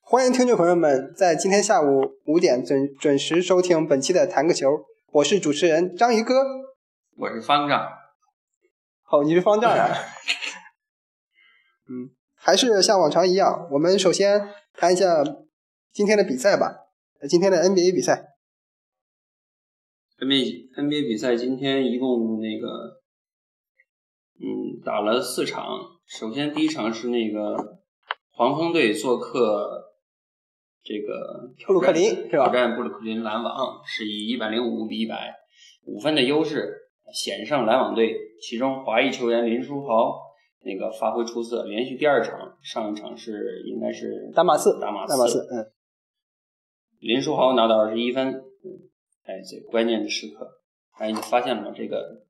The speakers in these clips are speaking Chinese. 欢迎听众朋友们在今天下午五点准准时收听本期的谈个球，我是主持人章鱼哥。我是方丈，哦，你是方丈啊？嗯，还是像往常一样，我们首先谈一下今天的比赛吧。呃今天的 NBA 比赛， NBA NBA 比赛今天一共那个，嗯，打了四场。首先第一场是那个黄蜂队做客这个布鲁克林是吧挑战布鲁克林篮网是以一百零五比一百五分的优势险胜篮网队，其中华裔球员林书豪那个发挥出色，连续第二场，上一场是应该是达马斯，达马达马斯，嗯，林书豪拿到二十一分，嗯哎，这关键时刻，哎，你发现了吗？这个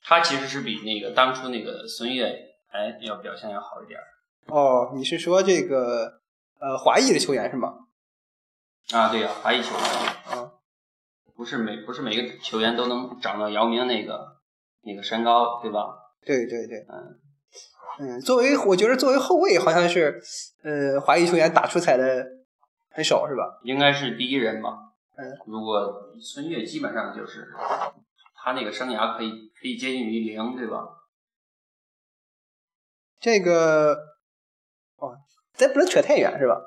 他其实是比那个当初那个孙悦哎要表现要好一点儿哦，你是说这个呃华裔的球员是吗？啊。对呀、华裔球员啊，不是每不是每个球员都能长到姚明那个那个身高，对吧？对对对，嗯，作为我觉得作为后卫好像是呃华裔球员打出彩的很少是吧？应该是第一人吧。嗯，如果孙悦基本上就是他那个生涯可以可以接近于零，对吧？这个哦，咱不能扯太远是吧？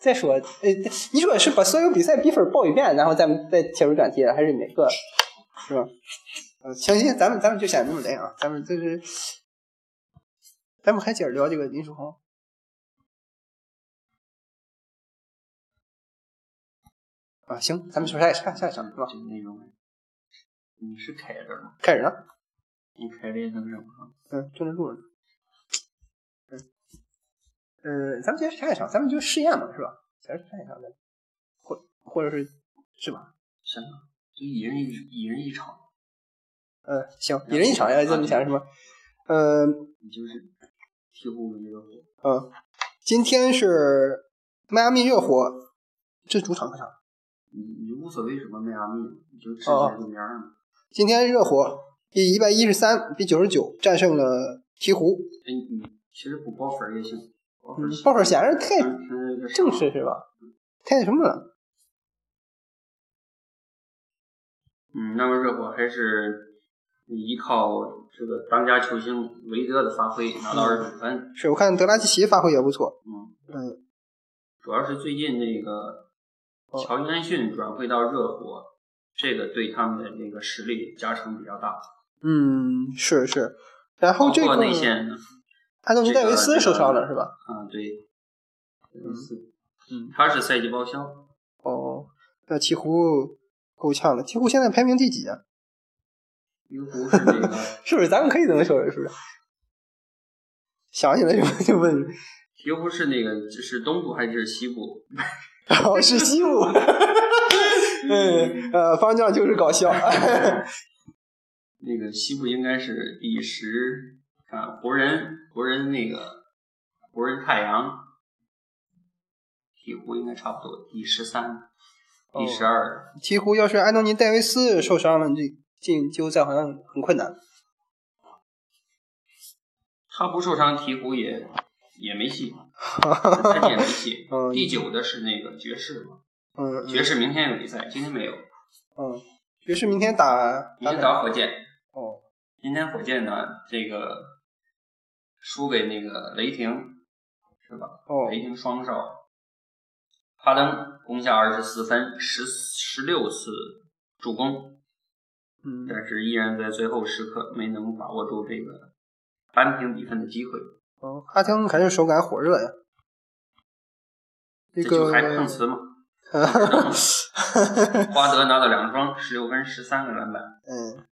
再说，呃，你说是把所有比赛比分报一遍，然后咱们再切入专题，还是哪个是吧？呃，行行，咱们咱们就先这么来啊，咱们就是，咱们还接着聊这个林书豪。啊，行，咱们说下一下下一场是吧？就是那种，你是凯着吗？开始啊了，你凯着能什么？嗯，正在录着呢。嗯，呃呃，咱们先看一场，咱们就试验嘛，是吧？咱们看一场再，或或者是是吧？行，就一人一一人一场，嗯，行，一人一场呀，这么想是吗？呃，你就是鹈鹕那个火。嗯，今天是迈阿密热火，这主场客场。你你无所谓什么迈阿密，你就直哦接路面儿嘛。今天热火以一百一十三比九十九战胜了鹈鹕，哎，你其实不包分儿也行，包分嗯儿，报数显然太但是这正式是吧？太那什么了？嗯，那么热火还是依靠这个当家球星韦德的发挥拿到二十五分。是我看德拉季奇发挥也不错，嗯，嗯，主要是最近那个哦乔伊安逊转会到热火，这个对他们的那个实力加成比较大。嗯，是是，然后哦这包个括内线呢，安东尼戴维斯受伤了是吧？啊，对，嗯，嗯，他是赛季报销，哦，那鹈鹕够呛了，鹈鹕现在排名第几啊？于湖是那个是不是？咱们可以这么说的，是不是？想起来就就问，于湖是那个是东部还是西部？哦，是西部， 嗯，呃，方丈就是搞笑， 那个西部应该是第十，看湖人，湖人那个湖人太阳，鹈鹕应该差不多第十三、哦第十二，鹈鹕要是安东尼戴维斯受伤了，这进季后赛好像很困难。。他不受伤，鹈鹕也也没戏，他也没戏嗯第九的是那个爵士嘛，嗯嗯爵士明天有比赛，今天没有，嗯，爵士明天打明打天哪？打火箭。哦，今天火箭呢，这个输给那个雷霆，是吧？哦雷霆双少，哈登攻下二十四分，十十六次助攻，嗯但是依然在最后时刻没能把握住这个扳平比分的机会。哦，哈登还是手感火热呀。这这就个还碰瓷嘛？花德拿到两双，十六分，十三个篮板。 嗯，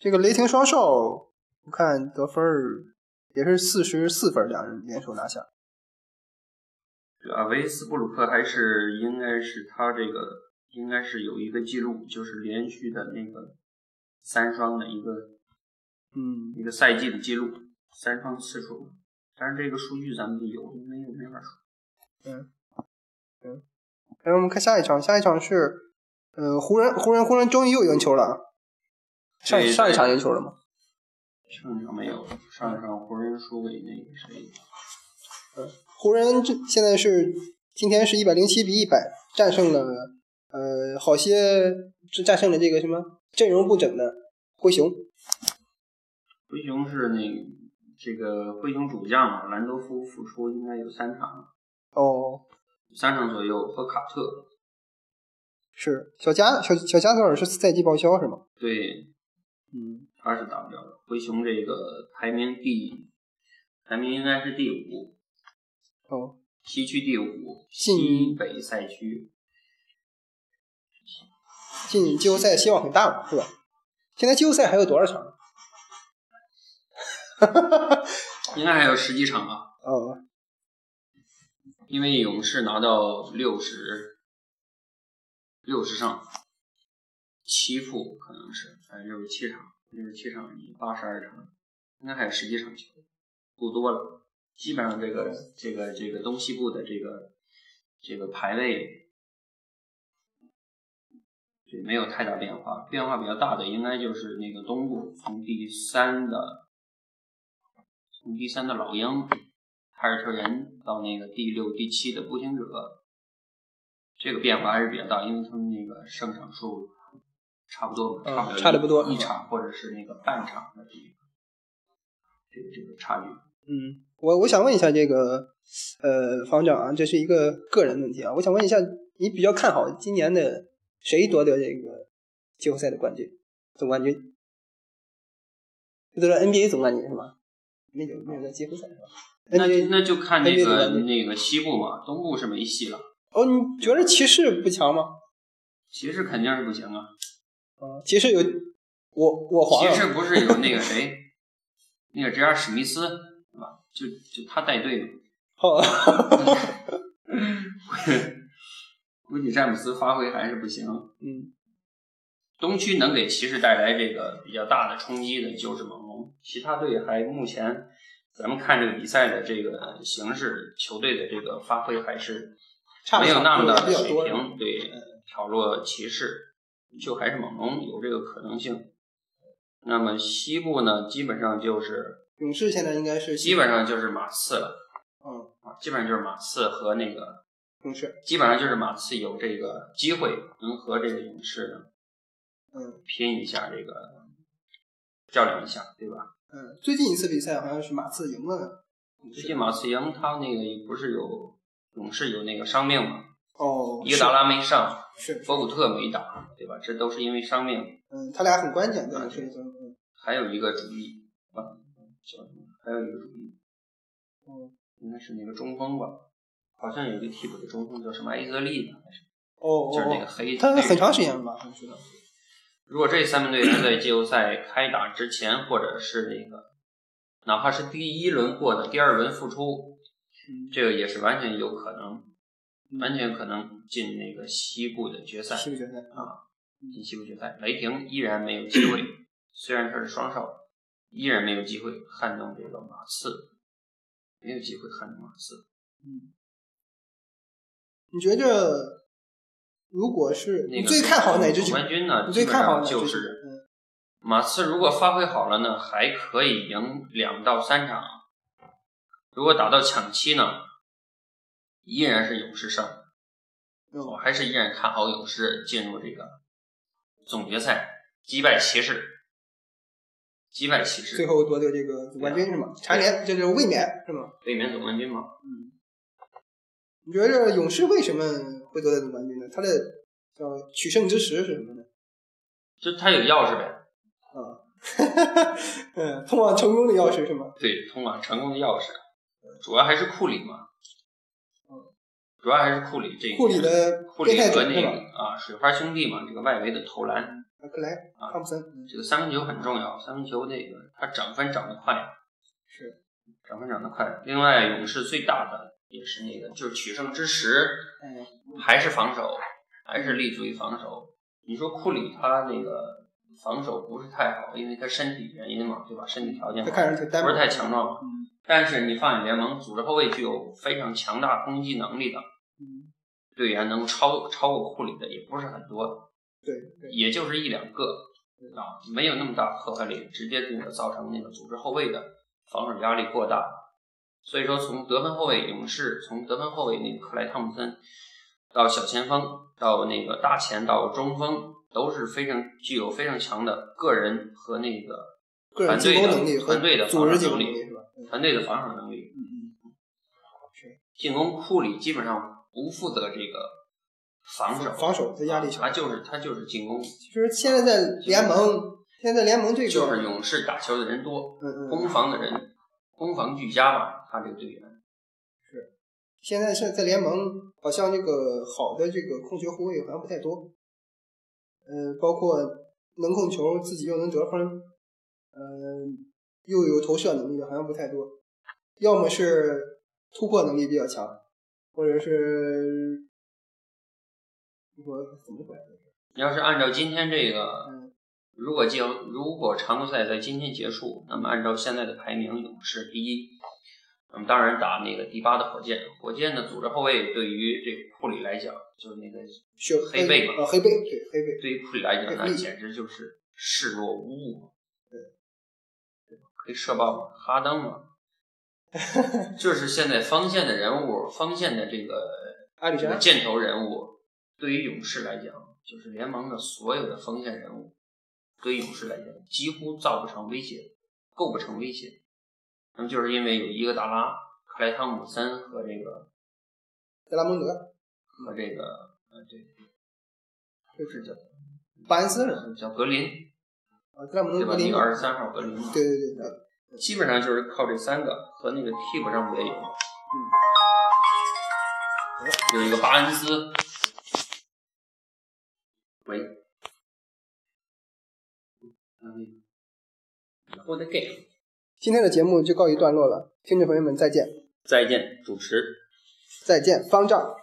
这个雷霆双少，我看得分儿也是四十四分儿，两人联手拿下。对啊，维斯布鲁克还是应该是他这个应该是有一个记录，就是连续的那个三双的一个嗯，一个赛季的记录，三双次数。但是这个数据咱们有，因为没法说。然后我们看下一场，下一场是呃湖人，湖人，湖人终于又赢球了啊。上对上一对场赢球了吗？上一场没有，上一场湖人输给那个谁，嗯湖人这现在是今天是一百零七比一百战胜了呃好些是战胜了这个什么阵容不整的灰熊。灰熊是那这个灰熊主将嘛，兰多夫复出应该有三场，哦，三场左右和卡特是小加小小加索尔是赛季报销是吗？对嗯，他是打不了的。灰熊这个排名第排名应该是第五，哦，西区第五，进西北赛区。进季后赛希望很大嘛，是吧？现在季后赛还有多少场？应该还有十几场吧，哦，因为勇士拿到六十，六十上，七负可能是，反正六十七场，六十七场八十二场，应该还有十几场球，不多了。基本上这个这个这个东西部的这个这个排位，对，没有太大变化。变化比较大的应该就是那个东部，从第三的，从第三的老鹰凯尔特人到那个第六、第七的步行者，这个变化还是比较大，因为他们那个胜场数差不多嘛，嗯差不多差得不多一场或者是那个半场的这个这个这个差距。嗯，我我想问一下这个呃方长啊，这是一个个人问题啊，我想问一下你比较看好今年的谁夺得这个季后赛的冠军总冠军？夺得 NBA 总冠军是吗？没有没有在季后赛是吧那就？NBA 那就看那 NBA 的个冠军那个西部嘛，东部是没戏了，哦，你觉得骑士不强吗？骑士肯定是不行啊。啊，骑士有我我黄骑了，士不是有那个谁，那个杰尔史密斯对吧？就就他带队嘛，哦，估计詹姆斯发挥还是不行。嗯东区能给骑士带来这个比较大的冲击的就是猛龙，其他队还目前咱们看这个比赛的这个形式，球队的这个发挥还是差没有那么大比的较水多嗯平，对，挑落骑士，就还是猛龙有这个可能性。那么西部呢，基本上就是勇士现在应该是基本上就是马刺了嗯啊，基本上就是马刺和那个勇士基本上就是马刺有这个机会能和这个勇士呢嗯拼一下这个较量一下，对吧？嗯，最近一次比赛好像是马刺赢了最近马刺赢他那个不是有勇士有那个伤病嘛，哦，伊格达拉没上，是是博古特没打，对吧？这都是因为伤病。嗯，他俩很关键，啊对这个嗯还有一个主力啊，叫什么？还有一个主力，嗯应该是那个中锋吧？好像有一个替补的中锋叫什么埃泽利呢，还是哦哦，就是那个哦黑。他很长时那个间吧，好像是的，如果这三队还在季后赛开打之前，或者是那个，哪怕是第一轮过的，第二轮复出，嗯这个也是完全有可能，完全可能进那个西部的决赛，西部决赛啊，进西部决赛。雷霆依然没有机会，虽然他是双少，依然没有机会撼动这个马刺，没有机会撼动马刺。你觉着如果是那你个最看好哪支总球冠军呢？你最看好哪基支本球嗯上就是马刺如果发挥好了呢，还可以赢两到三场；如果打到抢七呢，依然是勇士胜。嗯我还是依然看好勇士进入这个总决赛，击败骑士，击败骑最士，后夺得这个总冠军是啊吗？蝉联这是卫冕是吗？卫冕总冠军嘛。你觉着勇士为什么会夺得总冠军呢？他的叫取胜之时是什么呢？ 就他有钥匙呗，啊，嗯，通往成功的钥匙是吗？对，通往成功的钥匙，主要还是库里嘛。主要还是库里这一嗯库里的年库里变态和者那是吧个啊水花兄弟嘛，这个外围的投篮，啊克莱啊汤普森嗯这个三分球很重要，三分球那个它涨分涨得快，是涨分涨得快。另外，勇士最大的也是那个，就是取胜之时嗯还是防守，还是立足于防守。你说库里他那个防守不是太好，因为他身体原因嘛，对吧？身体条件他嘛看上去单不是太强壮嘛嗯。但是你放眼联盟，组织后卫具有非常强大攻击能力的嗯队员，能超超过库里的也不是很多。对对也就是一两个啊，没有那么大破坏力，直接那个造成那个组织后卫的防守压力过大，所以说，从得分后卫勇士，从得分后卫那个克莱汤普森，到小前锋，到那个大前，到中锋，都是非常具有非常强的个人和那个个人团队进攻的能力和团队的组织防守进攻能力力是吧？嗯团队的防守能力。嗯嗯，是进攻库里基本上不负责这个防守，防守的压力小他。就是他就是进攻，其实现在在联盟，现在联盟这个就是勇士打球的人多，嗯嗯攻嗯，防的人攻防俱佳吧，他这个队员。现在现在在联盟好像这个好的这个控球后卫好像不太多，呃，包括能控球自己又能得分，呃，又有投射能力的好像不太多，要么是突破能力比较强，或者是我怎么回事？你要是按照今天这个，嗯如果进如果常规赛在今天结束，那么按照现在的排名，勇士第一。那么当然打那个第八的火箭，火箭的组织后卫对于这个库里来讲，就是那个雪黑背嘛啊，黑背对黑背，对于库里来讲，对那嗯简直就是视若无物嘛。对对吧可以射爆哈登 嘛。就是现在锋线的人物，锋线的这个阿里这个山箭头人物，对于勇士来讲，就是联盟的所有的锋线人物，对于勇士来讲几乎造不成威胁，构不成威胁。那么就是因为有伊戈达拉、克莱汤姆森和这个德拉蒙德，和这个呃对，就是叫巴恩斯是吧？叫格林，啊，德拉蒙对德吧？格那林个，二十三号格林嘛，对对对对，基本上就是靠这三个和那个替补上也有，嗯，有一个巴恩斯，喂，嗯，我的 gay，今天的节目就告一段落了，听众朋友们再见，再见，主持。再见，方丈。